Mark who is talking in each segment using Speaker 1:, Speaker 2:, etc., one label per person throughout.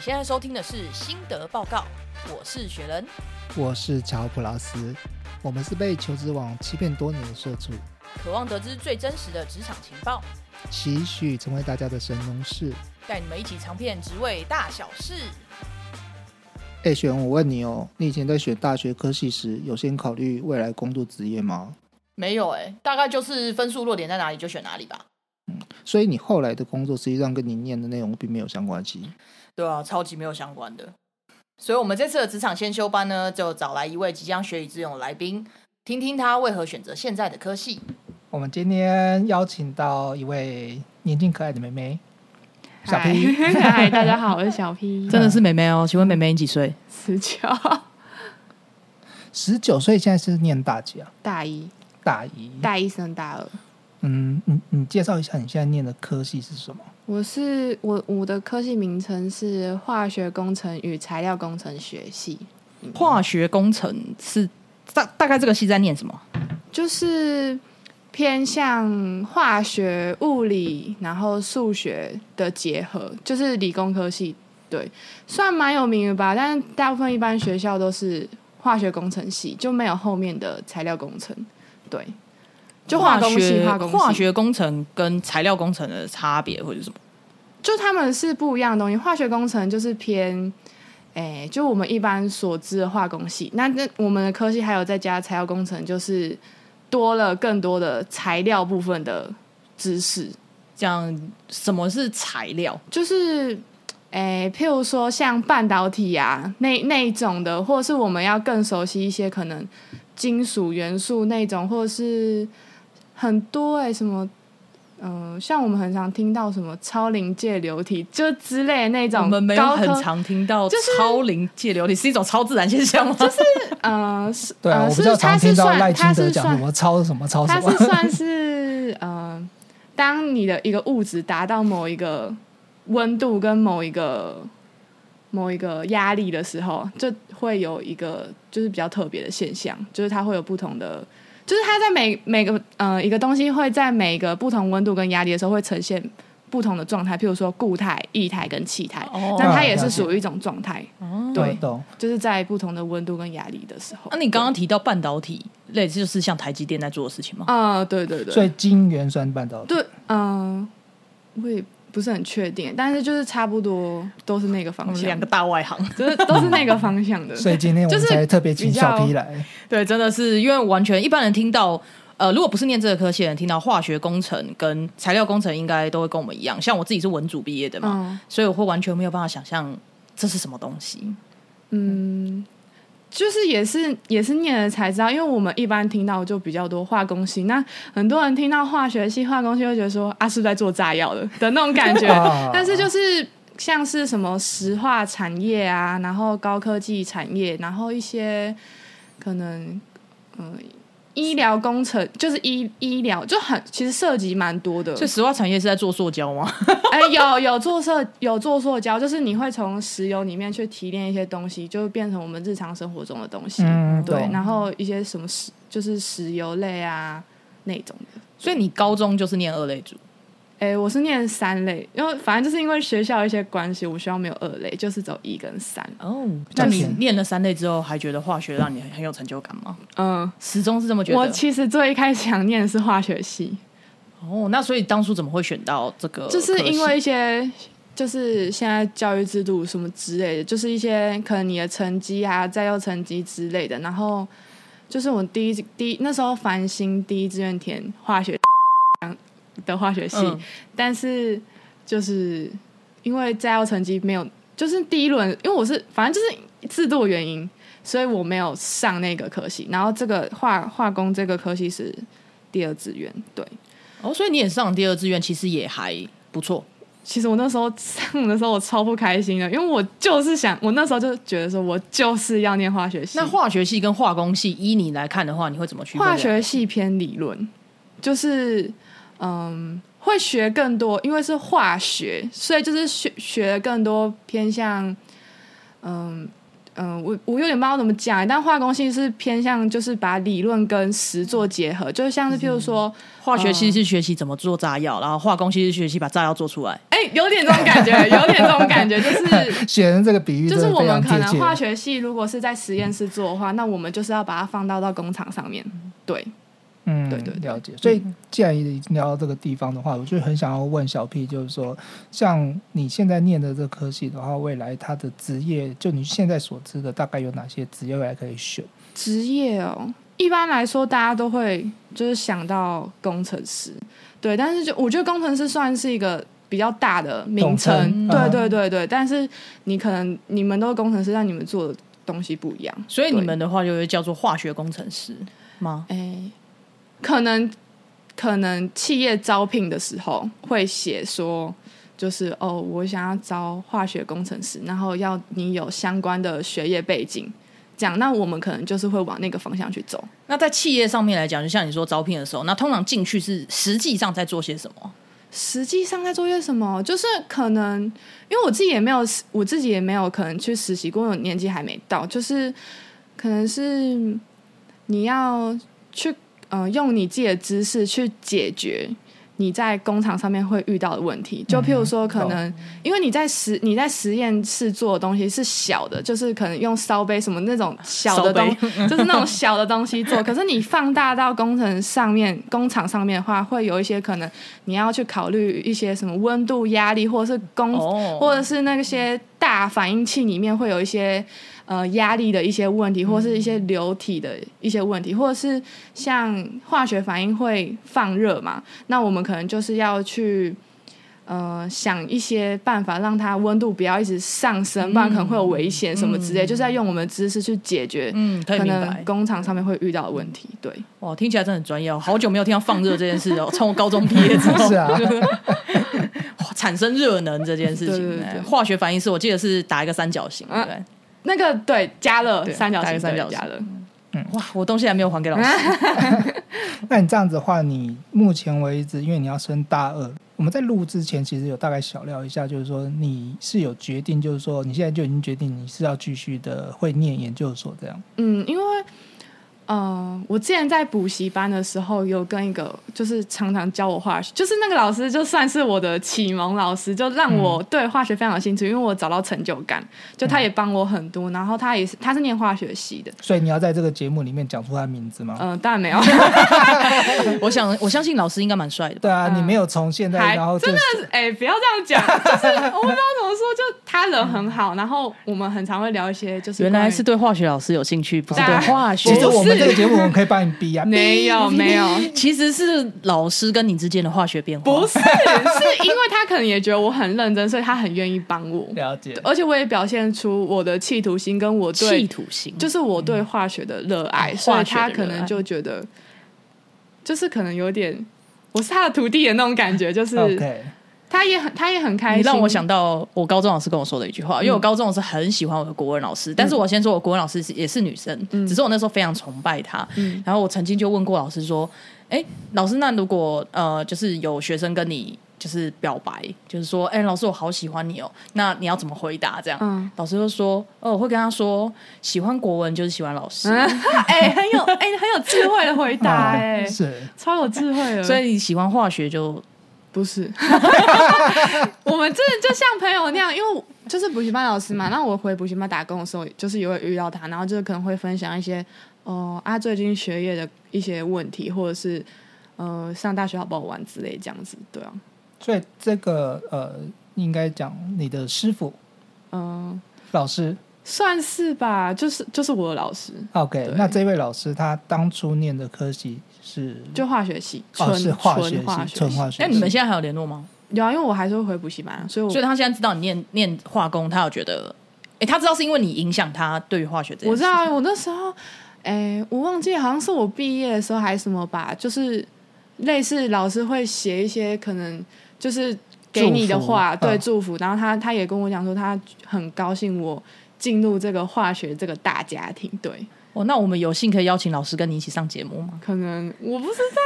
Speaker 1: 现在收听的是心得报告，我是雪人。
Speaker 2: 我是乔普拉斯，我们是被求职网欺骗多年的社畜，
Speaker 1: 渴望得知最真实的职场情报，
Speaker 2: 期许成为大家的神农氏。
Speaker 1: 带你们一起尝遍职位大小事。
Speaker 2: 哎，雪荣，我问你哦，你以前在选大学科系时，有先考虑未来工作职业吗？
Speaker 1: 没有哎、大概就是分数落点在哪里就选哪里吧。
Speaker 2: 所以你后来的工作实际上跟你念的内容并没有相关系。
Speaker 1: 对啊，超级没有相关的。所以，我们这次的职场先修班呢，就找来一位即将学以致用的来宾，听听他为何选择现在的科系。
Speaker 2: 我们今天邀请到一位年轻可爱的妹妹，小
Speaker 3: 嗨
Speaker 2: P，
Speaker 3: 嗨，大家好，我是小 P，
Speaker 4: 真的是妹妹哦，请问妹妹你几岁？
Speaker 3: 死角
Speaker 2: 十九岁，现在是念大几啊？
Speaker 3: 大一、
Speaker 2: 大一。
Speaker 3: 大一升大二。
Speaker 2: 嗯，你你介绍一下你现在念的科系是什么？
Speaker 3: 我是我我的科系名称是化学工程与材料工程学系，
Speaker 4: 化学工程是大大概这个系在念什么？
Speaker 3: 就是偏向化学、物理，然后数学的结合，就是理工科系，对，算蛮有名的吧。但是大部分一般学校都是化学工程系，就没有后面的材料工程，对，就化工系、
Speaker 4: 化学
Speaker 3: 化工系、
Speaker 4: 化学工程跟材料工程的差别会是什么？
Speaker 3: 就他们是不一样的东西。化学工程就是偏，哎、就我们一般所知的化工系。那那我们的科系还有再加材料工程，就是多了更多的材料部分的知识，
Speaker 4: 讲什么是材料？
Speaker 3: 就是。哎，譬如说像半导体啊那那一种的，或者是我们要更熟悉一些可能金属元素那种，或者是很多哎、什么，嗯、像我们很常听到什么超临界流体就之类的那
Speaker 4: 我
Speaker 3: 种，
Speaker 4: 们没有
Speaker 3: 高
Speaker 4: 很
Speaker 3: 科
Speaker 4: 常听到
Speaker 3: 就是
Speaker 4: 超临界流体是一种超自然现象吗？就是
Speaker 3: 呃，是
Speaker 2: 对啊，
Speaker 3: 呃、
Speaker 2: 我比
Speaker 3: 是
Speaker 2: 较
Speaker 3: 它
Speaker 2: 常
Speaker 3: 是
Speaker 2: 听到
Speaker 3: 算
Speaker 2: 赖
Speaker 3: 它
Speaker 2: 清德
Speaker 3: 是
Speaker 2: 讲什
Speaker 3: 算
Speaker 2: 么超什么哦超什
Speaker 3: 它
Speaker 2: 么
Speaker 3: 是。算是呃，当你的一个物质达到某一个温度跟某一个某一个压力的时候，就会有一个就是比较特别的现象，就是它会有不同的。就是它在每每个呃一个东西会在每个不同温度跟压力的时候会呈现不同的状态，譬如说固态、液态跟气态，
Speaker 4: 哦
Speaker 3: 那它也
Speaker 2: 了
Speaker 3: 是
Speaker 2: 解
Speaker 3: 属于一种状态，
Speaker 2: 对
Speaker 3: 对，
Speaker 2: 懂。
Speaker 3: 就是在不同的温度跟压力的时候。
Speaker 2: 嗯
Speaker 4: 那你刚刚提到半导体，类似就是像台积电在做的事情吗？
Speaker 3: 啊、对对对，
Speaker 2: 所以金元酸半导体。
Speaker 3: 对，嗯、我也不是很确定，但是就是差不多都是那个
Speaker 4: 我
Speaker 3: 方
Speaker 4: 们
Speaker 3: 向
Speaker 4: 两个，大外行，
Speaker 3: 就是都是那个方向的。
Speaker 2: 所以今天我们
Speaker 3: 就是
Speaker 2: 才特别请小
Speaker 3: 比
Speaker 2: P
Speaker 3: 较
Speaker 2: 来，
Speaker 4: 对，真的是因为完全一般人听到，呃，如果不是念这个科系的人，听到化学工程跟材料工程，应该都会跟我们一样。像我自己是文组毕业的嘛，
Speaker 3: 嗯
Speaker 4: 所以我会完全没有办法想象这是什么东西。
Speaker 3: 嗯，就是也是也是念了才知道，因为我们一般听到就比较多化工系，那很多人听到化学系、化工系会觉得说啊是不是在做炸药的的那种感觉
Speaker 2: 啊，
Speaker 3: 但是就是。像是什么石化产业啊，然后高科技产业，然后一些可能嗯、呃医疗工程，就是医医疗就很其实涉及蛮多的，
Speaker 4: 所以石化产业是在做塑胶吗？
Speaker 3: 哎，有有做塑有做塑胶，就是你会从石油里面去提炼一些东西，就变成我们日常生活中的东西。
Speaker 2: 嗯，
Speaker 3: 对，
Speaker 2: 懂。
Speaker 3: 然后一些什么石就是石油类啊那种的。
Speaker 4: 所以你高中就是念二类组，
Speaker 3: 哎，我是念三类，因为反正就是因为学校一些关系，我学校没有二类，就是走一跟三。
Speaker 4: 哦，
Speaker 2: 较
Speaker 4: 那你
Speaker 2: 偏
Speaker 4: 念了三类之后，还觉得化学让你很有成就感吗？
Speaker 3: 嗯，
Speaker 4: 始终是这么觉
Speaker 3: 我
Speaker 4: 得。
Speaker 3: 其实最一开始想念的是化学系，
Speaker 4: 哦，那所以当初怎么会选到这呃个科系？
Speaker 3: 就是因为一些就是现在教育制度什么之类的，就是一些可能你的成绩啊、再又成绩之类的。然后就是我第一第一那时候繁星第一志愿填化学的化学系，
Speaker 4: 嗯
Speaker 3: 但是就是因为再又成绩没有，就是第一轮，因为我是反正就是制度的原因，所以我没有上那个科系。然后这个化化工这个科系是第二志愿，对。
Speaker 4: 哦，所以你也上第二志愿，其实也还不错。
Speaker 3: 其实我那时候上的时候，我超不开心的，因为我就是想，我那时候就觉得说，我就是要念化学系。
Speaker 4: 那化学系跟化工系，依你来看的话，你会怎么区分？
Speaker 3: 化学系偏理论，就是嗯，会学更多，因为是化学，所以就是学学得更多偏向嗯嗯，我我有点不知道怎么讲，欸但化工系是偏向就是把理论跟实做结合，就像是譬如说，
Speaker 2: 嗯
Speaker 4: 化学系是学习怎么做炸药，然后化工系是学习把炸药做出来。
Speaker 3: 哎、有点这种感觉，有点这种感 觉，就是
Speaker 2: 雪人这个比喻
Speaker 3: 就
Speaker 2: 真
Speaker 3: 是
Speaker 2: 的
Speaker 3: 我
Speaker 2: 非
Speaker 3: 们
Speaker 2: 常
Speaker 3: 可
Speaker 2: 贴
Speaker 3: 能
Speaker 2: 切。
Speaker 3: 化学系如果是在实验室做的话，那我们就是要把它放到到工厂上面，对，
Speaker 2: 嗯，
Speaker 3: 对对对
Speaker 2: 了解。所以，既然已经聊到这个地方的话，我就很想要问小 P，就是说，像你现在念的这科系的话，未来它的职业，就你现在所知的，大概有哪些职业未来可以选？
Speaker 3: 职业哦，一般来说大家都会就是想到工程师，对，但是就我觉得工程师算是一个比较大的名称，
Speaker 2: 统称嗯
Speaker 3: 对对对对，但是你可能你们都是工程师，但你们做的东西不一样，
Speaker 4: 所以
Speaker 3: 对
Speaker 4: 你们的话就会叫做化学工程师吗？
Speaker 3: 哎，可能可能企业招聘的时候会写说。就是哦，我想要招化学工程师，然后要你有相关的学业背景，这样，那我们可能就是会往那个方向去走。
Speaker 4: 那在企业上面来讲，就像你说招聘的时候，那通常进去是实际上在做些什么？
Speaker 3: 实际上在做些什么，就是可能因为我自己也没有，我自己也没有可能去实习过，因为我年纪还没到，就是可能是你要去呃用你自己的知识去解决你在工厂上面会遇到的问题。就譬如说，可能、因为你在实你在实验室做的东西是小的，就是可能用烧杯什么那种小的东，就是那种小的东西做。可是你放大到工程上面、工厂上面的话，会有一些可能你要去考虑一些什么温度、压力，或者是工
Speaker 4: 哦
Speaker 3: 或者是那些大反应器里面会有一些呃压力的一些问题，或是一些流体的一些问题，或者是像化学反应会放热嘛，那我们可能就是要去。呃，想一些办法让它温度不要一直上升，不然可能会有危险什么之类，就是要用我们的知识去解决，
Speaker 4: 嗯，可以
Speaker 3: 可
Speaker 4: 明
Speaker 3: 能
Speaker 4: 白。
Speaker 3: 工厂上面会遇到的问题。对，
Speaker 4: 哇，听起来真的很专业哦，好久没有听到放热这件事哦， 从我高中毕业之后，
Speaker 2: 是啊
Speaker 4: 哇产生热能这件事情，
Speaker 3: 对对对
Speaker 4: 哎化学反应是我记得是打一个三角形，对不对？
Speaker 3: 那个对加热
Speaker 4: 对
Speaker 3: 三角
Speaker 4: 打一
Speaker 3: 形，
Speaker 4: 个三角
Speaker 3: 对加热，
Speaker 4: 哇，我东西还没有还给老师，
Speaker 2: 那你这样子的话，你目前为止，因为你要升大二，我们在录之前其实有大概小聊一下，就是说你是有决定，就是说你现在就已经决定你是要继续的会念研究所这样。
Speaker 3: 嗯，因为呃，我之前在补习班的时候，有跟一个就是常常教我化学，就是那个老师就算是我的启蒙老师，就让我对化学非常有兴趣，因为我找到成就感，就他也帮我很多，然后他也是他是念化学系的，
Speaker 2: 所以你要在这个节目里面讲出他名字吗？
Speaker 4: 哦
Speaker 3: 嗯、当然没有，
Speaker 4: 我想我相信老师应该蛮帅的吧。
Speaker 2: 对啊，你没有从现在，
Speaker 3: 还
Speaker 2: 然后就
Speaker 3: 真的
Speaker 2: 是
Speaker 3: 是哎、不要 这样讲，就是我不知道怎么说，就他人很好，然后我们很常会聊一些就是
Speaker 4: 原来
Speaker 3: 关于
Speaker 4: 是对化学老师有兴趣，不是对
Speaker 3: 大家
Speaker 4: 化学
Speaker 2: 其。实我
Speaker 3: 不
Speaker 2: 们
Speaker 3: 是
Speaker 2: 这个节目我们可以帮你逼 啊，
Speaker 3: 没有没有，
Speaker 4: 其实是老师跟你之间的化学变化，
Speaker 3: 不是，是因为他可能也觉得我很认真，所以他很愿意帮我。
Speaker 2: 了解。
Speaker 3: 而且我也表现出我的企图心跟我
Speaker 4: 气
Speaker 3: 对，
Speaker 4: 土型，
Speaker 3: 就是我对化学的热爱，
Speaker 4: 嗯
Speaker 3: 所以
Speaker 4: 化学的
Speaker 3: 他可
Speaker 4: 热
Speaker 3: 能
Speaker 4: 爱
Speaker 3: 就觉得，就是可能有点我是他的徒弟的那种感觉，就是
Speaker 2: OK，
Speaker 3: 他也很他也很开
Speaker 4: 你
Speaker 3: 心，
Speaker 4: 让我想到我高中老师跟我说的一句话，因为我高中老师很喜欢我的国文老师，但是我先说我国文老师是也是女生，只是我那时候非常崇拜她。
Speaker 3: 嗯
Speaker 4: 然后我曾经就问过老师说：“哎、老师，那如果呃，就是有学生跟你就是表白，就是说，哎、老师，我好喜欢你哦，那你要怎么回答？”这样，
Speaker 3: 嗯
Speaker 4: 老师就说：“哦，我会跟他说，喜欢国文就是喜欢老 师。
Speaker 3: 嗯，哎、很有哎、很有智慧的回答、哎、
Speaker 2: 嗯是
Speaker 3: 超有智慧的，
Speaker 4: 所以你喜欢化学就
Speaker 3: 不是，我们真的就像朋友那样，因为我就是补习班老师
Speaker 2: 嗯
Speaker 3: 嘛。那我回补习班打工的时候，就是也会遇到他，然后就是可能会分享一些哦、啊最近学业的一些问题，或者是呃上大学好不好玩之类这样子，对啊，
Speaker 2: 所以这个呃，应该讲你的师傅
Speaker 3: 嗯、
Speaker 2: 老师。
Speaker 3: 算是吧，就是就是我的老师，
Speaker 2: OK，
Speaker 3: 对
Speaker 2: 那这位老师他当初念的科系是
Speaker 3: 就化学系，纯、
Speaker 2: 哦是化学
Speaker 3: 纯化
Speaker 2: 系，
Speaker 3: 系
Speaker 2: 纯化学系。
Speaker 4: 哎、你们现在还有联络吗？
Speaker 3: 有啊，因为我还是会回补习班啊，所以我
Speaker 4: 哦所以他现在知道你念念化工，他有觉得，哎、他知道是因为你影响他对于化学这件事。
Speaker 3: 我知道我那时候，哎、我忘记好像是我毕业的时候还是什么吧，就是类似老师会写一些可能就是给你的话，
Speaker 2: 祝福
Speaker 3: 对
Speaker 2: 嗯
Speaker 3: 祝福，然后他他也跟我讲说他很高兴我进入这个化学这个大家庭，对，
Speaker 4: 哦，那我们有幸可以邀请老师跟你一起上节目吗？
Speaker 3: 可能我不知道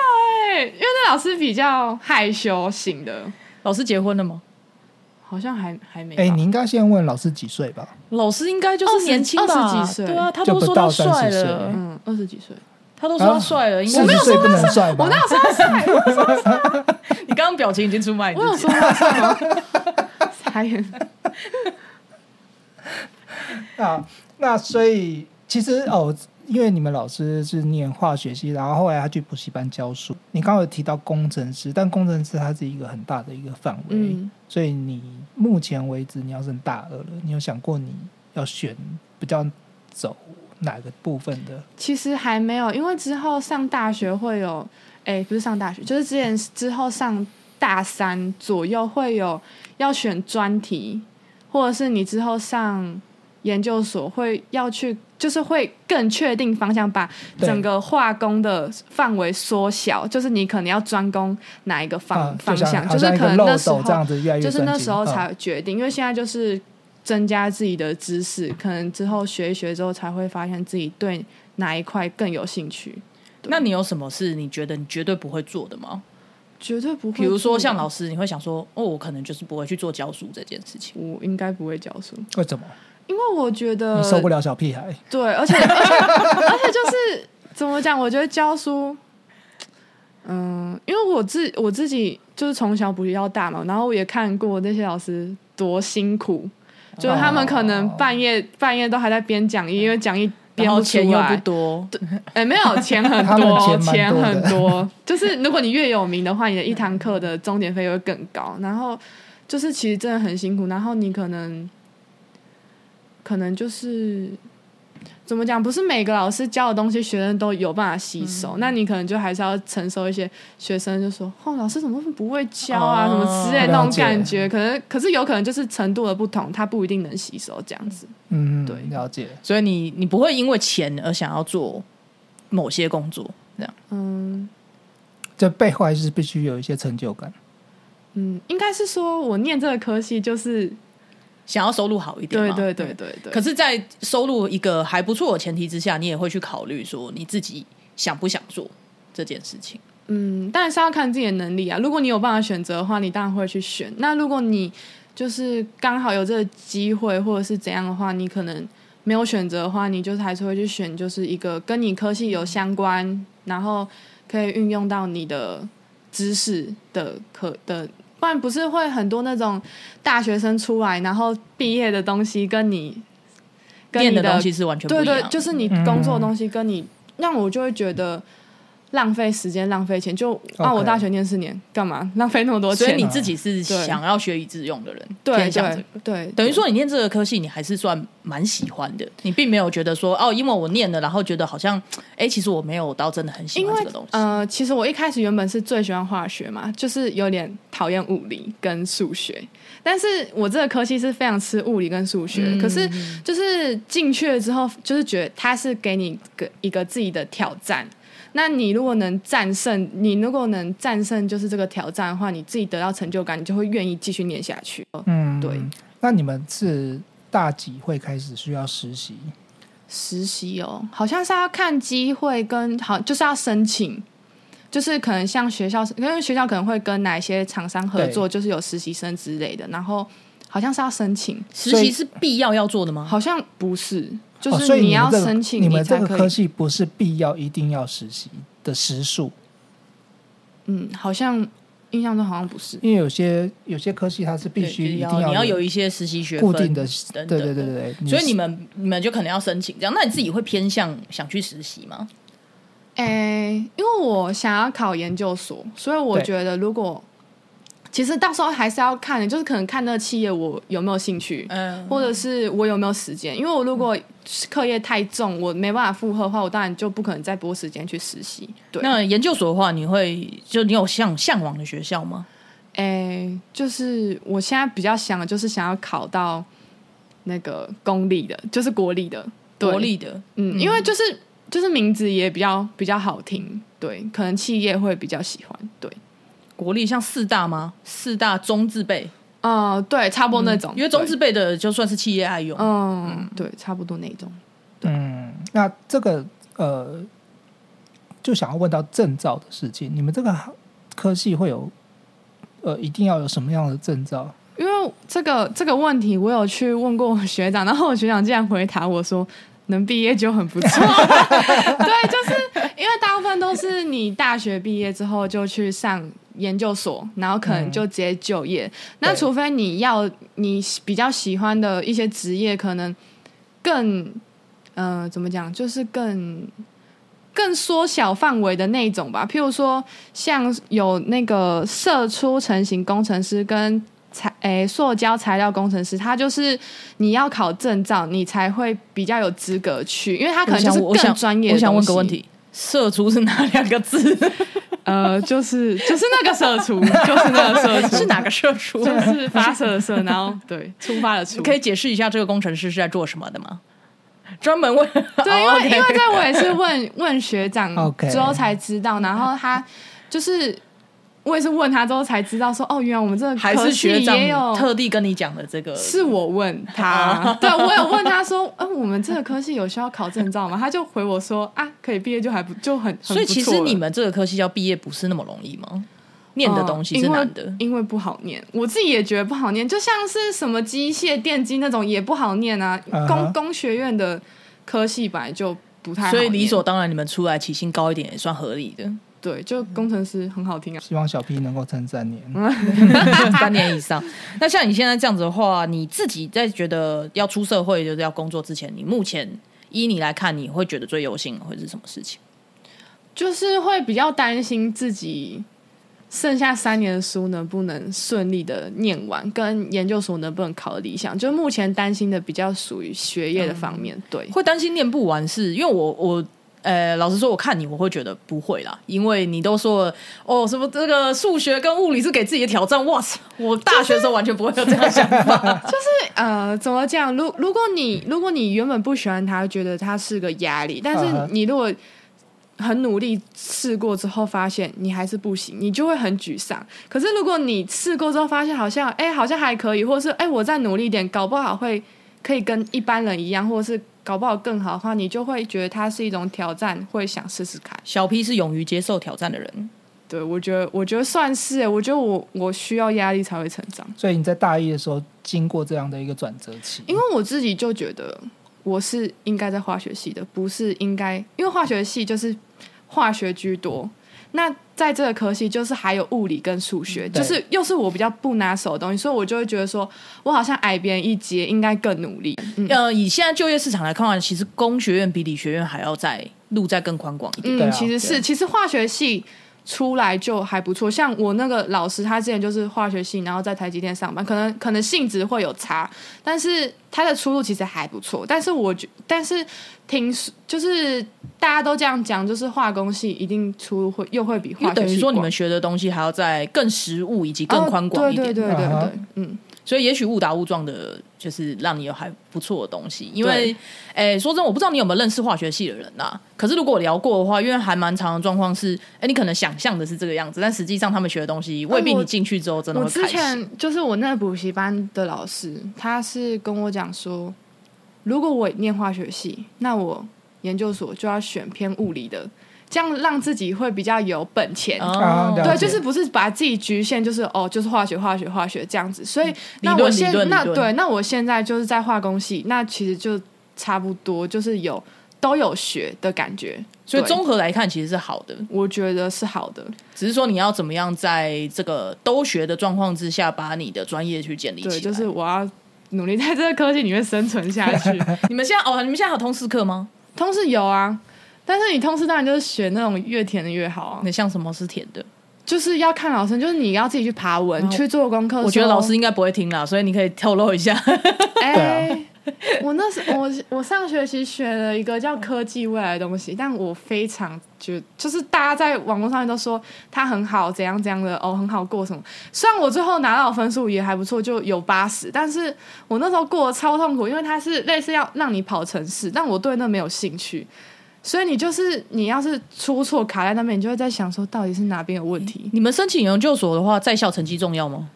Speaker 3: 哎、因为那老师比较害羞型的，
Speaker 4: 老师结婚了吗？
Speaker 3: 好像还还没吧。啊
Speaker 2: 哎、你应该先问老师几岁吧？
Speaker 4: 老师应该就是年轻吧，
Speaker 3: 二十几岁
Speaker 4: 对啊，他
Speaker 2: 就
Speaker 4: 都
Speaker 2: 不
Speaker 4: 说
Speaker 2: 到
Speaker 4: 他帅
Speaker 2: 30岁
Speaker 4: 了，
Speaker 3: 嗯，二十 几岁，
Speaker 4: 他都说他帅了，应该
Speaker 2: 啊四十岁不能帅吧？
Speaker 3: 我那有说帅，
Speaker 4: 你刚刚表情已经出卖你
Speaker 3: 我有
Speaker 4: 自己
Speaker 3: 说他帅吗？傻眼。
Speaker 2: 啊，那所以其实哦，因为你们老师是念化学系，然后后来他去补习班教书。你刚刚有提到工程师，但工程师它是一个很大的一个范围，
Speaker 3: 嗯
Speaker 2: 所以你目前为止你要升大二了，你有想过你要选比较走哪个部分的？
Speaker 3: 其实还没有，因为之后上大学会有，哎、不是上大学，就是之前之后上大三左右会有要选专题，或者是你之后上研究所会要去，就是会更确定方向，把
Speaker 2: 对
Speaker 3: 整个化工的范围缩小，就是你可能要专攻哪一个方、
Speaker 2: 啊，
Speaker 3: 方
Speaker 2: 就像
Speaker 3: 向，
Speaker 2: 好
Speaker 3: 就是
Speaker 2: 像一
Speaker 3: 可
Speaker 2: 个
Speaker 3: 能
Speaker 2: 漏
Speaker 3: 那时
Speaker 2: 斗
Speaker 3: 候
Speaker 2: 这样子越来越
Speaker 3: 就是那
Speaker 2: 专精
Speaker 3: 时候
Speaker 2: 嗯
Speaker 3: 才决定，因为现在就是增加自己的知识，可能之后学一学之后才会发现自己对哪一块更有兴趣，
Speaker 4: 那你有什么是你觉得你绝对不会做的吗？
Speaker 3: 绝对不会。
Speaker 4: 比如说像老，师，你会想说，哦，我可能就是不会去做教书这件事情。
Speaker 3: 我应该不会教书，
Speaker 2: 为什么
Speaker 3: 因为我觉得
Speaker 2: 你受不了小屁孩？
Speaker 3: 对，而且 而且而且就是怎么讲？我觉得教书，嗯，因为我自我自己就是从小补习到大嘛，然后我也看过那些老师多辛苦，就是他们可
Speaker 2: 哦
Speaker 3: 能半夜、半夜都还在编讲义，因为讲义编
Speaker 4: 然后
Speaker 3: 不出
Speaker 4: 钱又
Speaker 3: 来
Speaker 4: 不，多，
Speaker 3: 哎、没 有钱很
Speaker 2: 他们
Speaker 3: 多，
Speaker 2: 钱蛮多的
Speaker 3: 很多。就是如果你越有名的话，你的一堂课的钟点费又会更高。然后就是其实真的很辛苦，然后你可能可能就是怎么讲，不是每个老师教的东西学生都有办法吸收，
Speaker 2: 嗯
Speaker 3: 那你可能就还是要承受一些学生就说哦，老师怎么不会教啊、
Speaker 4: 哦
Speaker 3: 什么之类的那
Speaker 2: 哦了
Speaker 3: 种
Speaker 2: 解
Speaker 3: 感觉。可能可是有可能就是程度的不同，他不一定能吸收这样子。
Speaker 2: 嗯，
Speaker 3: 对
Speaker 2: 了解。
Speaker 4: 所以你你不会因为钱而想要做某些工作，这样
Speaker 3: 嗯，
Speaker 2: 这背后还是必须有一些成就感。
Speaker 3: 嗯，应该是说我念这个科系就是
Speaker 4: 想要收入好一点嗯
Speaker 3: 对
Speaker 4: 吗。
Speaker 3: 对对对对。
Speaker 4: 可是，在收入一个还不错的前提之下，你也会去考虑说你自己想不想做这件事情。
Speaker 3: 嗯，当然是要看自己的能力啊。如果你有办法选择的话，你当然会去选。那如果你就是刚好有这个机会，或者是怎样的话，你可能没有选择的话，你就是还是会去选，就是一个跟你科系有相关，然后可以运用到你的知识的可的。不然不是会很多那种大学生出来，然后毕业的东西跟你跟
Speaker 4: 念
Speaker 3: 你
Speaker 4: 的
Speaker 3: 的
Speaker 4: 东西是完全不一
Speaker 3: 对
Speaker 4: 样的。
Speaker 3: 对，就是你工作的东西跟你，让我就会觉得浪费时间、浪费钱。就啊，
Speaker 2: OK
Speaker 3: 我大学念四年，干嘛浪费那么多
Speaker 4: 所以
Speaker 3: 钱？
Speaker 4: 你
Speaker 2: 啊
Speaker 4: 自己是
Speaker 3: 对
Speaker 4: 想要学以致用的人，
Speaker 3: 对
Speaker 4: 偏向这
Speaker 3: 对
Speaker 4: 个
Speaker 3: 对，
Speaker 4: 等于说你念这个科系，你还是算蛮喜欢的，你并没有觉得说哦，因为我念了，然后觉得好像，哎，其实我没有到真的很喜
Speaker 3: 因
Speaker 4: 欢
Speaker 3: 为
Speaker 4: 这个东西。
Speaker 3: 呃，其实我一开始原本是最喜欢化学嘛，就是有点讨厌物理跟数学。但是我这个科系是非常吃物理跟数学，
Speaker 4: 嗯
Speaker 3: 可是就是进去了之后，就是觉得它是给你个一个自己的挑战。那你如果能战胜，你如果能战胜就是这个挑战的话，你自己得到成就感，你就会愿意继续念下去。
Speaker 2: 嗯，
Speaker 3: 对。
Speaker 2: 那你们是大几会开始需要实习？
Speaker 3: 实习哦，好像是要看机会跟好，就是要申请，就是可能像学校，因为学校可能会跟哪一些厂商合作，就是有实习生之类的，然后好像是要申请，
Speaker 4: 实
Speaker 2: 所以
Speaker 4: 习是必要要做的吗？
Speaker 3: 好像不是，就
Speaker 2: 哦所
Speaker 3: 是
Speaker 2: 以你
Speaker 3: 要
Speaker 2: 们这个
Speaker 3: 申请
Speaker 2: 你
Speaker 3: 你
Speaker 2: 们这
Speaker 3: 才
Speaker 2: 个
Speaker 3: 可
Speaker 2: 科
Speaker 3: 以，
Speaker 2: 系不是必要一定要实习的时数，
Speaker 3: 嗯，好像印象中好像不是，
Speaker 2: 因为有些有些科系它是必
Speaker 4: 对
Speaker 2: 须一
Speaker 4: 就
Speaker 2: 定
Speaker 4: 是你要有
Speaker 2: 有
Speaker 4: 一些实习学分
Speaker 2: 固定的，
Speaker 4: 等
Speaker 2: 对对
Speaker 4: 等
Speaker 2: 对
Speaker 4: 的
Speaker 2: 对对。对
Speaker 4: 所以你们你们就可能要申请这样。那你自己会偏向想去实习吗？
Speaker 3: 诶、因为我想要考研究所，所以我
Speaker 2: 对
Speaker 3: 觉得如果其实到时候还是要看的，就是可能看那个企业我有没有兴趣，
Speaker 4: 嗯，
Speaker 3: 或者是我有没有时间？因为我如果课业太重，我没办法负荷的话，我当然就不可能再拨时间去实习。对，
Speaker 4: 那研究所的话，你会就你有向向往的学校吗？
Speaker 3: 诶，就是我现在比较想的就是想要考到那个公立的，就是国立的，对
Speaker 4: 国，立的，
Speaker 3: 嗯，因为就是就是名字也比较比较好听，对，可能企业会比较喜欢，对，
Speaker 4: 国立像四大吗？四大中字辈，
Speaker 3: 哦、对，差不多那种，
Speaker 4: 嗯因为中字
Speaker 3: 对，
Speaker 4: 辈的就算是企业爱用。
Speaker 3: 嗯，对，差不多那种。
Speaker 2: 嗯，那这个呃，就想要问到证照的事情，你们这个科系会有呃，一定要有什么样的证照？
Speaker 3: 因为为这个这个问题，我有去问过我学长，然后我学长竟然回答我说。能毕业就很不错，对，就是因为大部分都是你大学毕业之后就去上研究所，然后可能就直接就业。那
Speaker 2: 对
Speaker 3: 除非你要你比较喜欢的一些职业，可能更呃怎么讲，就是更更缩小范围的那一种吧。譬如说，像有那个射出成型工程师跟材诶、塑胶材料工程师，他就是你要考证照，你才会比较有资格去，因为他可
Speaker 4: 我
Speaker 3: 能就
Speaker 4: 想
Speaker 3: 是
Speaker 4: 我想
Speaker 3: 更专业的
Speaker 4: 我想问个
Speaker 3: 东西
Speaker 4: 问，题：射出是哪两个字？
Speaker 3: 呃，就是 就是那个射出，就是那个射出，
Speaker 4: 是哪个射出？
Speaker 3: 就是发射的射，然后对出发的出，
Speaker 4: 可以解释一下这个工程师是在做什么的吗？专门为
Speaker 3: 对，因为、
Speaker 4: 哦，OK
Speaker 3: 因为这我也是问问学 长
Speaker 2: OK
Speaker 3: 之后才知道，然后他就是我也是问他之后才知道说，哦，原来我们这个
Speaker 4: 还
Speaker 3: 科
Speaker 4: 是
Speaker 3: 系
Speaker 4: 学长
Speaker 3: 也有
Speaker 4: 特地跟你讲的这个
Speaker 3: 是我问他， 对我有问他说，嗯、我们这个科系有需要考证照吗？他就回我说啊，可以毕业就还不就很，很
Speaker 4: 所以
Speaker 3: 不
Speaker 4: 其实
Speaker 3: 错了
Speaker 4: 你们这个科系要毕业不是那么容易吗？念的东西是难的
Speaker 3: 嗯，因为，因为不好念。我自己也觉得不好念，就像是什么机械、电机那种也不好念啊。
Speaker 2: 嗯哼
Speaker 3: 工工学院的科系本来就不太好
Speaker 4: 所
Speaker 3: 念，
Speaker 4: 以理所当然你们出来起薪高一点也算合理的，
Speaker 3: 对，就工程师很好听啊。
Speaker 2: 希望小 P 能够撑三年。
Speaker 3: 嗯
Speaker 4: 三年以上。那像你现在这样子的话，你自己在觉得要出社会就是要工作之前，你目前依你来看，你会觉得最优先会是什么事情？
Speaker 3: 就是会比较担心自己剩下三年的书能不能顺利的念完，跟研究所能不能考得理想。就目前担心的比较属于学业的方面，对，
Speaker 4: 会担心念不完是，因为我我。呃，老实说，我看你我会觉得不会啦，因为你都说了哦，什么这个数学跟物理是给自己的挑战，哇塞！我大学的时候完全不会有这样的想法，
Speaker 3: 呃，怎么讲？如如果你如果你原本不喜欢他，觉得他是个压力，但
Speaker 2: 嗯哼
Speaker 3: 是你如果很努力试过之后，发现你还是不行，你就会很沮丧。可是如果你试过之后，发现好像哎、好像还可以，或是哎、我再努力一点，搞不好会可以跟一般人一样，或者是搞不好更好的话，你就会觉得它是一种挑战，会想试试看。
Speaker 4: 小 P 是勇于接受挑战的人，
Speaker 3: 对我觉得，我觉得算是、我觉得我我需要压力才会成长。
Speaker 2: 所以你在大一的时候经过这样的一个转折期，
Speaker 3: 因为我自己就觉得我是应该在化学系的，不是应该，因为化学系就是化学居多。那在这个科系，就是还有物理跟数学，
Speaker 2: 对
Speaker 3: 就是又是我比较不拿手的东西，所以我就会觉得说，我好像矮别人一截，应该更努力。嗯，
Speaker 4: 呃，以现在就业市场来看，其实工学院比理学院还要在路再更宽广一点。
Speaker 2: 对啊
Speaker 3: 嗯，其实
Speaker 2: 对
Speaker 3: 是，其实化学系出来就还不错。像我那个老师，他之前就是化学系，然后在台积电上班，可能可能性质会有差，但是他的出路其实还不错。但是我觉，但是听说就是大家都这样讲，就是化工系一定出路会又会比
Speaker 4: 因为
Speaker 3: 化学
Speaker 4: 等于
Speaker 3: 系
Speaker 4: 说你们
Speaker 3: 广
Speaker 4: 学的东西还要再更实务以及更宽广一点，
Speaker 3: 哦对对对对
Speaker 2: 啊
Speaker 3: 对
Speaker 2: 哈
Speaker 3: 对，嗯。
Speaker 4: 所以也许误打误撞的，就是让你有还不错的东西。因为，诶、说真的，我不知道你有没有认识化学系的人呐、可是如果我聊过的话，因为还蛮常的状况是，诶、你可能想象的是这个样子，但实际上他们学的东西未必
Speaker 3: 我
Speaker 4: 你进去之后真的
Speaker 3: 我
Speaker 4: 会
Speaker 3: 之
Speaker 4: 开心。
Speaker 3: 前就是我那个补习班的老师，他是跟我讲说，如果我念化学系，那我研究所就要选偏物理的，这样让自己会比较有本钱。
Speaker 4: 哦
Speaker 2: 啊了
Speaker 3: 对，
Speaker 2: 解
Speaker 3: 就是不是把自己局限，就是哦，就是化学、化学、化学这样子。所以，
Speaker 4: 嗯理
Speaker 3: 那
Speaker 4: 论
Speaker 3: 我现
Speaker 4: 理论
Speaker 3: 那
Speaker 4: 理论
Speaker 3: 对，那我现在就是在化工系，那其实就差不多，就是有都有学的感觉。
Speaker 4: 所以
Speaker 3: 对
Speaker 4: 综合来看，其实是好的，
Speaker 3: 我觉得是好的。
Speaker 4: 只是说你要怎么样在这个都学的状况之下，把你的专业去建立起来。
Speaker 3: 对，就是我要努力在这个科技里面生存下去。
Speaker 4: 你们现在哦，你们现在还有通识课吗？
Speaker 3: 通识有啊，但是你通识当然就是选那种越甜的越好啊，
Speaker 4: 那像什么是甜的？
Speaker 3: 就是要看老师，就是你要自己去爬文、
Speaker 4: 嗯
Speaker 3: 去做功课。
Speaker 4: 我觉得
Speaker 3: 说
Speaker 4: 老师，应该不会听啦，所以你可以透露一下。
Speaker 3: 哎、
Speaker 2: 对
Speaker 3: 我那时我我上学期学了一个叫科技未来的东西，但我非常觉就是大家在网络上面都说它很好，怎样怎样的哦，很好过什么。虽然我最后拿到的分数也还不错，就有八十，但是我那时候过得超痛苦，因为它是类似要让你跑城市，但我对那没有兴趣。所以你就是你要是出错卡在那边，你就会在想说到底是哪边有问题。
Speaker 4: 你们申请研究所的话，在校成绩重要吗？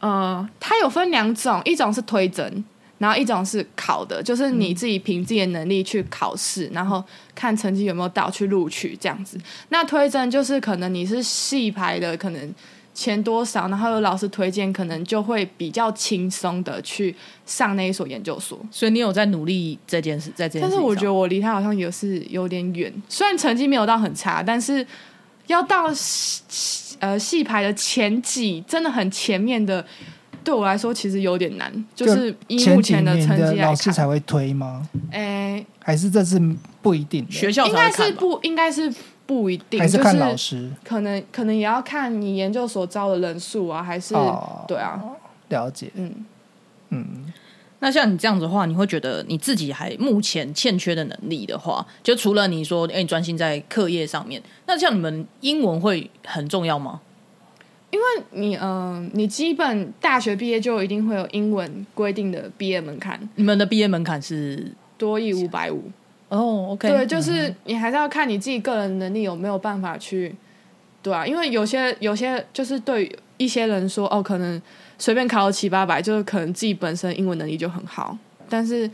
Speaker 3: 呃，它有分两种，一种是推甄，然后一种是考的，就是你自己凭自己的能力去考试，然后看成绩有没有到去录取这样子。那推甄就是可能你是系排的，可能钱多少，然后有老师推荐，可能就会比较轻松的去上那一所研究所。
Speaker 4: 所以你有在努力这件事，在这件事情
Speaker 3: 但是
Speaker 4: 上。
Speaker 3: 我觉得我离他好像也是有点远，虽然成绩没有到很差，但是要到戏呃戏排的前几，真的很前面的，对我来说其实有点难。就是以
Speaker 2: 前
Speaker 3: 目
Speaker 2: 几
Speaker 3: 前
Speaker 2: 年
Speaker 3: 成绩来
Speaker 2: 老师才
Speaker 3: 看，
Speaker 2: 会推吗？
Speaker 3: 哎、
Speaker 2: 还是这是不一定的？
Speaker 4: 学校
Speaker 3: 应该
Speaker 4: 才会看
Speaker 3: 是
Speaker 4: 吧
Speaker 3: 不应该是不一定，
Speaker 2: 还是看老
Speaker 3: 就是
Speaker 2: 师？
Speaker 3: 可能可能也要看你研究所招的人数啊，还是、
Speaker 2: 哦
Speaker 3: 对啊，
Speaker 2: 了解，
Speaker 3: 嗯，
Speaker 2: 嗯，
Speaker 4: 那像你这样子的话，你会觉得你自己还目前欠缺的能力的话，就除了你说，哎、你专心在课业上面，那像你们英文会很重要吗？
Speaker 3: 你嗯、呃你基本大学毕业就一定会有英文规定的毕业门槛，
Speaker 4: 你们的毕业门槛是
Speaker 3: 多译五百五。
Speaker 4: 哦，OK，
Speaker 3: 对，就是你还是要看你自己个人能力有没有办法去，对啊，因为有些有些就是对于一些人说，哦，可能随便考个七八百，就是可能自己本身英文能力就很好，但是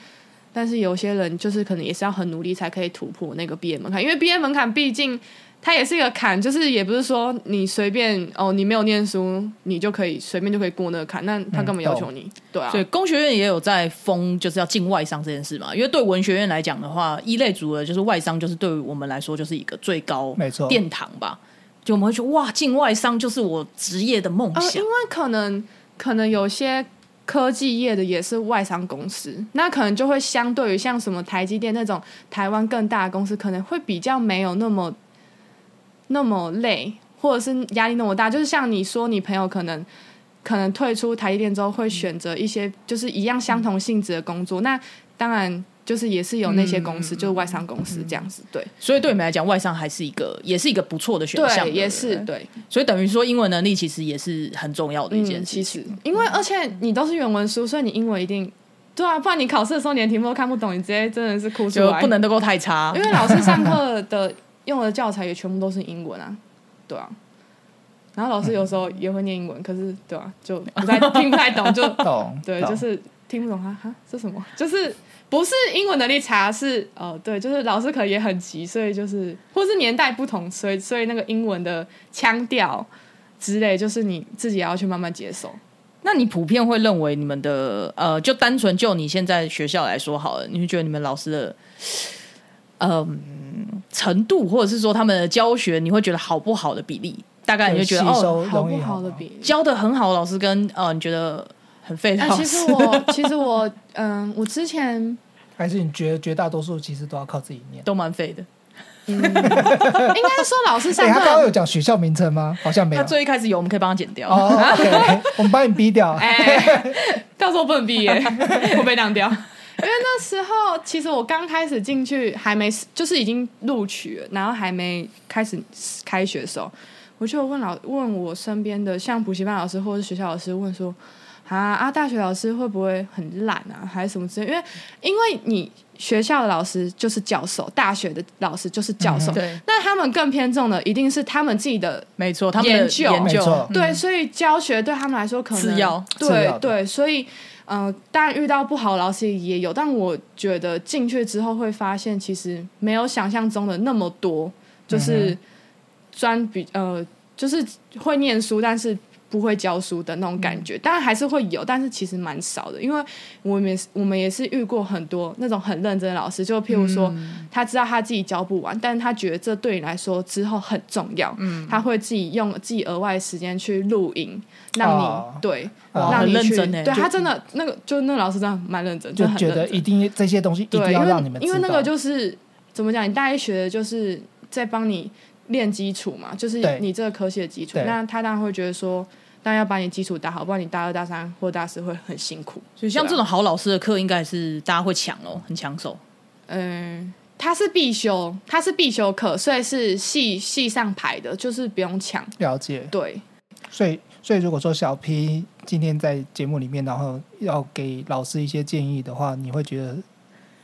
Speaker 3: 但是有些人就是可能也是要很努力才可以突破那个毕业门槛，因为毕业门槛毕竟它也是一个坎，就是也不是说你随便哦，你没有念书你就可以随便就可以过那个坎，那他干嘛要求你？对啊，
Speaker 4: 所以工学院也有在封，就是要进外商这件事嘛。因为对文学院来讲的话，一类族的就是外商，就是对于我们来说就是一个最高
Speaker 2: 没
Speaker 3: 哦
Speaker 2: 错
Speaker 4: 殿堂吧。就我们会觉得哇，进外商就是我职业的梦
Speaker 3: 啊，
Speaker 4: 想
Speaker 3: 因。为可能可能有些科技业的也是外商公司，那可能就会相对于像什么台积电那种台湾更大的公司，可能会比较没有那么那么累，或者是压力那么大。就是像你说，你朋友可能。可能退出台积电之后，会选择一些就是一样相同性质的工作。那当然就是也是有那些公司，就是外商公司这样子，对
Speaker 4: 所以对你们来讲，外商还是一个，也是一个不错的选项。
Speaker 3: 对，也
Speaker 4: 不
Speaker 3: 是对。
Speaker 4: 所以等于说，英文能力其实也是很重要的一件事
Speaker 3: 嗯、其
Speaker 4: 情。
Speaker 3: 实，因为而且你都是原文书，所以你英文一定对啊，不然你考试的时候你连题目都看不懂，你直接真的是哭出
Speaker 4: 就
Speaker 3: 来。
Speaker 4: 不，能够太差
Speaker 3: 因。为老师上课的用的教材也全部都是英文啊，对啊。然后老师有时候也会念英文，可是对啊，就不太听不太懂， 就
Speaker 2: 懂，
Speaker 3: 对，
Speaker 2: 懂
Speaker 3: 就是听不懂啊哈，这什么？就是不是英文能力差，是哦，对，就是老师可能也很急，所以就是或是年代不同，所以所以那个英文的腔调之类，就是你自己也要去慢慢接受。
Speaker 4: 那你普遍会认为你们的呃，就单纯就你现在学校来说好了，你会觉得你们老师的嗯、程度，或者是说他们的教学，你会觉得好不好的比例？大概你就觉得
Speaker 2: 对吸
Speaker 4: 哦，
Speaker 2: 收
Speaker 3: 好
Speaker 2: 容
Speaker 3: 不
Speaker 2: 易
Speaker 3: 好的
Speaker 2: 吗
Speaker 3: 比例？
Speaker 4: 教的很好，老师跟呃，你觉得很废的
Speaker 3: 啊，
Speaker 4: 老
Speaker 3: 其
Speaker 4: 师，
Speaker 3: 实我，其实我，嗯，我之前，
Speaker 2: 还是你觉得绝大多数其实都要靠自己念？
Speaker 4: 都蛮废的。
Speaker 3: 嗯，应该是说老师
Speaker 2: 哎、
Speaker 3: 上
Speaker 2: 他刚刚
Speaker 3: 课，
Speaker 2: 有讲学校名称吗？好像没有
Speaker 4: 他。最一开始有，我们可以帮他剪掉。
Speaker 2: 哦，OK，我 们帮你逼掉。
Speaker 3: 哎， 到时候不能毕业，会被晾掉。因为那时候，其实我刚开始进去，还没就是已经录取了，然后还没开始开学的时候，我就有问老问我身边的像补习班老师或者是学校老师问说，啊啊，大学老师会不会很懒啊，还是什么之类？因为因为你学校的老师就是教授，大学的老师就是教
Speaker 2: 嗯
Speaker 3: 授，
Speaker 4: 对，
Speaker 3: 那他们更偏重的一定是他们自己的
Speaker 4: 没错，他们的
Speaker 3: 研究
Speaker 4: 研
Speaker 2: 没
Speaker 4: 究嗯
Speaker 2: 错
Speaker 3: 对，所以教学对他们来说可能
Speaker 4: 次要
Speaker 2: 次
Speaker 3: 对
Speaker 2: 要的
Speaker 3: 对，所以呃，当然遇到不好的老师也有，但我觉得进去之后会发现，其实没有想象中的那么多，
Speaker 2: 嗯
Speaker 3: 就是专比呃，就是会念书，但是。不会教书的那种
Speaker 2: 嗯
Speaker 3: 感觉，当然还是会有，但是其实蛮少的，因为我们也是我们也是遇过很多那种很认真的老师，就譬如说，
Speaker 2: 嗯
Speaker 3: 他知道他自己教不完，但是他觉得这对你来说之后很重要，
Speaker 2: 嗯
Speaker 3: 他会自己用自己额外的时间去录音，让你、
Speaker 2: 哦
Speaker 3: 对，
Speaker 2: 哇
Speaker 3: 让
Speaker 4: 很
Speaker 3: 你
Speaker 4: 认
Speaker 3: 去，
Speaker 4: 真欸
Speaker 3: 对
Speaker 4: 就
Speaker 3: 他真的那个，就那个老师真的蛮认真，
Speaker 2: 就
Speaker 3: 很
Speaker 2: 觉
Speaker 3: 认
Speaker 2: 得
Speaker 3: 真
Speaker 2: 一定这些东西一定
Speaker 3: 对，
Speaker 2: 要
Speaker 3: 因
Speaker 2: 让
Speaker 3: 为
Speaker 2: 你们知
Speaker 3: 因
Speaker 2: 道，
Speaker 3: 为那个就是怎么讲，你大一学的就是在帮你练基础嘛，就是
Speaker 2: 对
Speaker 3: 你这个科系的基础。
Speaker 2: 对
Speaker 3: 那他当然会觉得说，当然要把你基础打好，不然你大二、大三或大四会很辛苦。
Speaker 4: 所以像
Speaker 3: 对啊
Speaker 4: 这种好老师的课，应该是大家会抢哦，很抢手。
Speaker 3: 嗯，它是必修，它是必修课，所以是系系上排的，就是不用抢。
Speaker 2: 了解。
Speaker 3: 对，
Speaker 2: 所以，所以如果说小 P 今天在节目里面，然后要给老师一些建议的话，你会觉得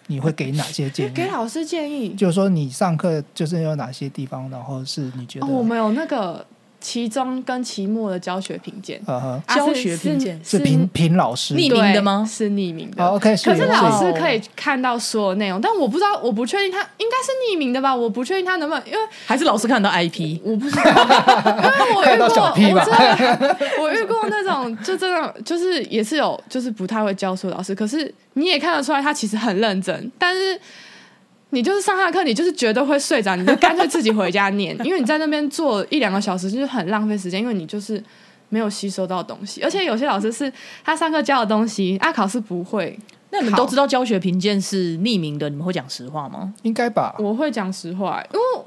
Speaker 2: 你会给哪些建
Speaker 3: 给
Speaker 2: 议？
Speaker 3: 老师建议。哦
Speaker 2: 就是说，你上课就是有哪些地方，然后是你觉得、
Speaker 3: 哦，我们有那个期中跟期末的教学评鉴，
Speaker 2: 啊哈，
Speaker 3: 啊
Speaker 4: 教
Speaker 3: 是
Speaker 4: 学
Speaker 3: 是
Speaker 4: 评鉴
Speaker 2: 是评评老师，
Speaker 4: 匿
Speaker 3: 对
Speaker 4: 名的吗
Speaker 3: 是匿名的。
Speaker 2: 哦，OK，所
Speaker 3: 可
Speaker 2: 以
Speaker 3: 是
Speaker 2: 所以
Speaker 3: 老师可以看到所有内容，但我不知道，我不确定他应该是匿名的吧？我不确定他能不能，因为
Speaker 4: 还是老师看到 IP？
Speaker 3: 我不知道，因为我遇
Speaker 2: 看到
Speaker 3: 过，
Speaker 2: 小
Speaker 3: 我
Speaker 2: 屁
Speaker 3: 真
Speaker 2: 吧
Speaker 3: 的，我遇过那种就真的就是也是 有就是不太会教书的老师，可是你也看得出来他其实很认真，但是你就是上他的课，你就是绝对会睡着，你就干脆自己回家念，因为你在那边坐一两个小时就是很浪费时间，因为你就是。没有吸收到东西，而且有些老师是他上课教的东西，啊，考试不会。
Speaker 4: 那你们都知道教学评鉴是匿名的，你们会讲实话吗？
Speaker 2: 应该吧？
Speaker 3: 我会讲实话、因为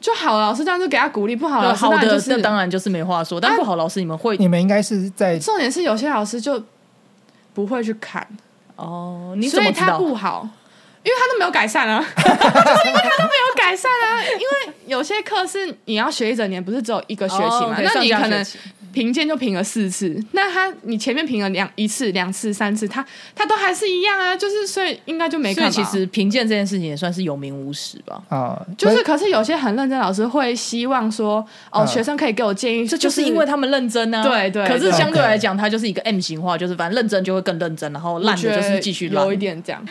Speaker 3: 就好的老师这样就给他鼓励，不好的
Speaker 4: 对
Speaker 3: 老师
Speaker 4: 好
Speaker 3: 当然
Speaker 4: 的
Speaker 3: 就，是
Speaker 4: 啊那当然就是没话说。但不好，老师你们会
Speaker 2: 你们应该是在
Speaker 3: 重点是有些老师就不会去看，
Speaker 4: 哦？你
Speaker 3: 所
Speaker 4: 怎
Speaker 3: 以
Speaker 4: 么知
Speaker 3: 他
Speaker 4: 道？
Speaker 3: 不好，因为他都没有改 善啊，就是因为他都没有改善啊。因为有些课是你要学一整年，不是只有一个学期
Speaker 4: 哦
Speaker 3: 嘛？
Speaker 4: ，OK，
Speaker 3: 那
Speaker 4: 上
Speaker 3: 你
Speaker 4: 下
Speaker 3: 可
Speaker 4: 学
Speaker 3: 能
Speaker 4: 期
Speaker 3: 评鉴就评了四次，那他你前面评了两一次、两次、三次，他他都还是一样啊，就是所以应该就没
Speaker 4: 所以
Speaker 3: 看吧。
Speaker 4: 其实评鉴这件事情也算是有名无实吧。
Speaker 2: 啊，
Speaker 3: 就是，可是有些很认真的老师会希望说，哦，
Speaker 2: 嗯
Speaker 3: 学生可以给我建议，
Speaker 4: 这就是因为他们认真啊，
Speaker 3: 对对
Speaker 4: 可是
Speaker 3: 对
Speaker 4: 相对
Speaker 2: OK
Speaker 4: 来讲，它就是一个 M 型化，就是反正认真就会更认真，然后
Speaker 3: 我
Speaker 4: 烂
Speaker 3: 觉
Speaker 4: 的
Speaker 3: 得
Speaker 4: 就是继续烂
Speaker 3: 有一。点这样。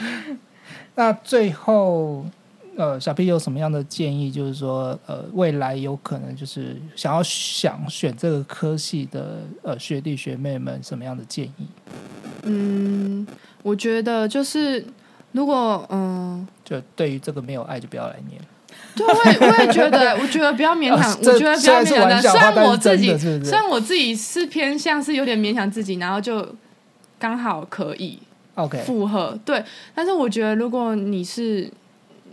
Speaker 2: 那最后，呃，小 P 有什么样的建议？就是说，呃，未来有可能就是想要想选这个科系的呃学弟学妹们什么样的建议？
Speaker 3: 嗯，我觉得就是如果嗯。
Speaker 2: 就对于这个没有爱，就不要来念。
Speaker 3: 对，我也我也 觉得，我觉得不要勉强
Speaker 2: 啊，这
Speaker 3: 我觉得不要
Speaker 2: 虽然
Speaker 3: 勉
Speaker 2: 是
Speaker 3: 强
Speaker 2: 玩笑
Speaker 3: 虽
Speaker 2: 话
Speaker 3: 然我自己
Speaker 2: 但是真的是不是
Speaker 3: 虽然我自己是偏向是有点勉强自己，然后就刚好可以
Speaker 2: OK，
Speaker 3: 负荷，对。但是我觉得，如果你是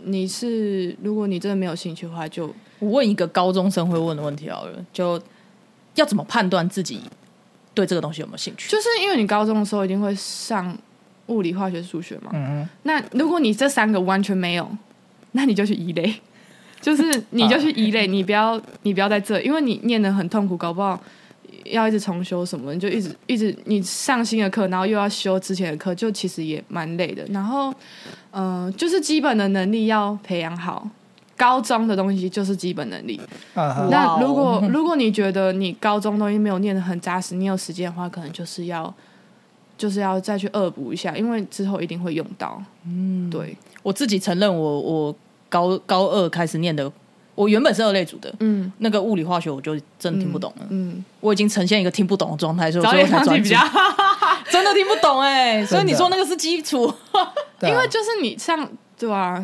Speaker 3: 你是，如果你真的没有兴趣的话，就
Speaker 4: 我问一个高中生会问的问题好了，就要怎么判断自己对这个东西有没有兴趣？
Speaker 3: 就是因为你高中的时候一定会上物理、化学、数学嘛。
Speaker 2: 嗯
Speaker 3: 那如果你这三个完全没有，那你就去一类， 就是你就去一类，你不要你不要在这，因为你念得很痛苦，搞不好要一直重修什么，你就一直一直你上新的课，然后又要修之前的课，就其实也蛮累的。然后，嗯、就是基本的能力要培养好。高中的东西就是基本能力。
Speaker 2: 哼，啊哈，
Speaker 3: 那
Speaker 4: 哇哦
Speaker 3: 如果 如果你觉得你高中东西没有念得很扎实，你有时间的话，可能就是要就是要再去恶补一下，因为之后一定会用到。嗯，对。
Speaker 4: 我自己承认我，我高高二开始念的，我原本是二类组的，
Speaker 3: 嗯
Speaker 4: 那个物理化学我就真的听不懂了，
Speaker 3: 嗯，
Speaker 4: 我已经呈现一个听不懂的状态，所以我
Speaker 3: 早
Speaker 4: 最
Speaker 3: 点
Speaker 4: 后才
Speaker 3: 放
Speaker 4: 转
Speaker 3: 弃比
Speaker 4: 组
Speaker 3: 较，好，
Speaker 4: 真的听不懂 哎、所以
Speaker 2: 真的
Speaker 4: 你说那个是基础，
Speaker 2: 对啊
Speaker 3: 因为就是你像对啊？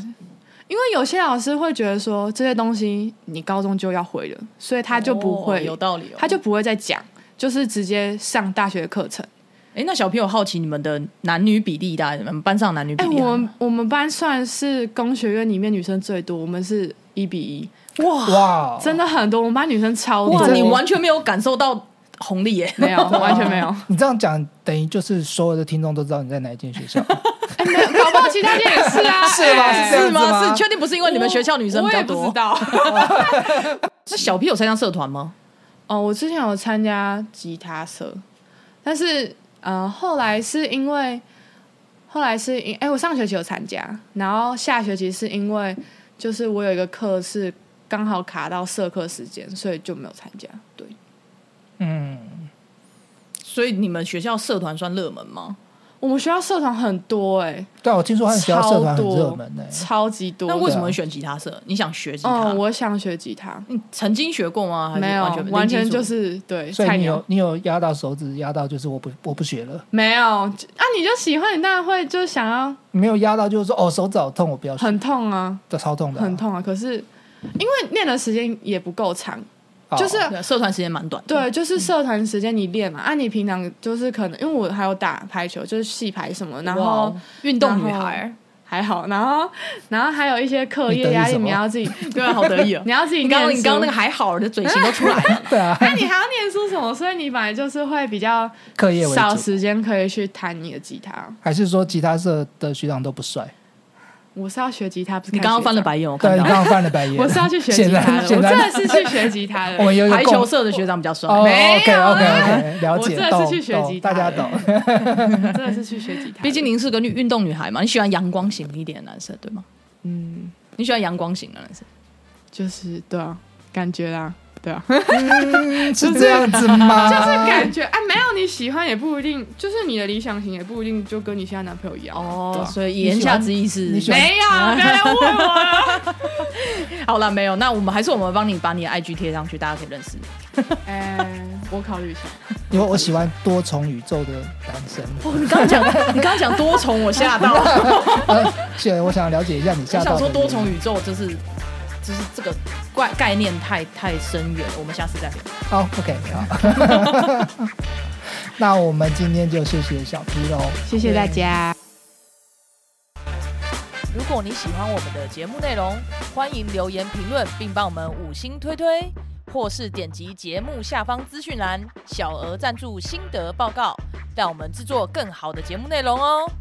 Speaker 3: 因为有些老师会觉得说这些东西你高中就要会了，所以他就不
Speaker 4: 哦
Speaker 3: 会，
Speaker 4: 有道理、哦，
Speaker 3: 他就不会再讲，就是直接上大学的课程。
Speaker 4: 哎、那小朋友好奇你们的男女比例大概，你们班上男女比
Speaker 3: 哎、
Speaker 4: 例大概啊
Speaker 3: 我们我们班算是工学院里面女生最多，我们是一比一，
Speaker 4: 哇
Speaker 2: 哇，
Speaker 3: 真的很多，我们班女生超多。
Speaker 4: 哦哇，
Speaker 2: 这
Speaker 4: 你完全没有感受到红利耶、
Speaker 3: 没有，完全没有。
Speaker 2: 你这样讲，等于就是所有的听众都知道你在哪一间学 校。
Speaker 3: 哎、没有，搞不好其他店也是啊，
Speaker 2: 是吗
Speaker 3: 哎
Speaker 2: 是这样
Speaker 4: 是
Speaker 2: 子吗
Speaker 4: 吗？是确定不是因为你们学校女生比
Speaker 3: 我
Speaker 4: 较
Speaker 3: 也不知
Speaker 4: 多？
Speaker 3: 道。
Speaker 4: 那小 P 有参加社团吗？
Speaker 3: 哦，我之前有参加吉他社，但是呃，后来是因为后来是因哎、我上学期有参加，然后下学期是因为就是我有一个课是刚好卡到社课时间，所以就没有参加。对，
Speaker 2: 嗯，
Speaker 4: 所以你们学校社团算热门吗？
Speaker 3: 我们学校社团很多哎、
Speaker 2: 对啊，我听说他们学校社团很热门欸呢、
Speaker 3: 超级多。啊
Speaker 4: 那为什么会选吉他社？你想学吉他？
Speaker 3: 哦，我想学吉他，
Speaker 4: 你曾经学过吗？还是
Speaker 3: 没有
Speaker 4: 完全，
Speaker 3: 啊完全
Speaker 4: 零
Speaker 3: 就
Speaker 4: 基础
Speaker 3: 是对
Speaker 2: 所
Speaker 3: 菜
Speaker 2: 以你
Speaker 3: 鸟
Speaker 2: 有你有压到手指，压到就是我不我不学了，
Speaker 3: 没有啊？你就喜欢，你当然会就想要
Speaker 2: 没有压到就是说哦手指好痛，我不要学，
Speaker 3: 很痛啊，
Speaker 2: 这超痛的啊、
Speaker 3: 很痛啊。可是因为练的时间也不够长，
Speaker 2: 哦，
Speaker 3: 就是
Speaker 4: 对啊社团时间蛮短的。
Speaker 2: 嗯
Speaker 3: 对，就是社团时间你练嘛。啊，你平常就是可能因为我还有打排球，就是戏排什么，然
Speaker 4: 哇
Speaker 3: 啊后
Speaker 4: 哦运动女孩，
Speaker 3: 还好，然后然后还有一些课
Speaker 2: 你得
Speaker 3: 业
Speaker 2: 意
Speaker 3: 压力，
Speaker 2: 什么
Speaker 3: 你要自己，
Speaker 4: 对啊，好得意哦
Speaker 3: 你！要自己
Speaker 4: 你刚刚
Speaker 3: 念
Speaker 4: 你刚刚那个
Speaker 3: 书，哎
Speaker 4: 还好，我的嘴型都出 来了。
Speaker 2: 对 啊，
Speaker 3: 那你还要念书什么？所以你本来就是会比较
Speaker 2: 课业为
Speaker 3: 少
Speaker 2: 主，
Speaker 3: 时间可以去弹你的吉他。
Speaker 2: 还是说吉他社的学长都不帅？
Speaker 3: 我是要学吉他，不是
Speaker 4: 你
Speaker 3: 看
Speaker 4: 刚刚
Speaker 3: 学
Speaker 4: 翻了
Speaker 3: 长
Speaker 4: 白眼，我看
Speaker 2: 对，你刚
Speaker 4: 到。
Speaker 2: 刚翻了白眼。
Speaker 3: 我是要去学吉
Speaker 2: 显然
Speaker 3: 他的，我
Speaker 2: 显
Speaker 3: 真
Speaker 2: 然
Speaker 3: 的是去学吉他
Speaker 2: 我
Speaker 3: 的。
Speaker 2: 们有一个
Speaker 4: 排
Speaker 2: 共
Speaker 4: 球社的学长比较帅，
Speaker 2: 哦
Speaker 3: 没有
Speaker 2: ，OK OK OK，了解，
Speaker 3: 啊我这
Speaker 2: 懂
Speaker 3: 是去学
Speaker 2: 懂
Speaker 3: 吉他
Speaker 2: 大家
Speaker 3: 的
Speaker 2: 懂。
Speaker 3: 真的是去学吉他的，
Speaker 4: 毕竟您是个女运动女孩嘛，你喜欢阳光型一点的男生对吗？
Speaker 3: 嗯，
Speaker 4: 你喜欢阳光型的男生？
Speaker 3: 就是对啊，感觉啦，对 啊，
Speaker 2: 嗯是这样子吗？
Speaker 3: 就是感觉啊，没有你喜欢也不一定，就是你的理想型也不一定就跟你现在男朋友一样啊对
Speaker 4: 哦，
Speaker 3: 啊
Speaker 4: 所以言下之意是
Speaker 2: 你喜欢
Speaker 3: 没有，啊不要来误会我啊 了。
Speaker 4: 好了，没有。那我们还是我们帮你把你的 IG 贴上去，大家可以认识你。
Speaker 3: 哎、我考虑一下。
Speaker 2: 因为我喜欢多重宇宙的男生。
Speaker 4: 哦，你刚刚讲， 你刚刚讲多重，我吓到。
Speaker 2: 呃，现在我想了解一下你
Speaker 4: 我
Speaker 2: 下
Speaker 4: 想
Speaker 2: 到
Speaker 4: 说
Speaker 2: 的
Speaker 4: 多
Speaker 2: 原
Speaker 4: 重
Speaker 2: 因
Speaker 4: 宇宙就是就是这个概概念太太深远，我们下次再聊。
Speaker 2: 好，OK，好。 那我们今天就谢谢小 P 喽，
Speaker 3: 谢谢大家，
Speaker 1: 如果你喜欢我们的节目内容，欢迎留言评论，并帮我们五星推推，或是点击节目下方资讯栏小额赞助心得报告，让我们制作更好的节目内容哦。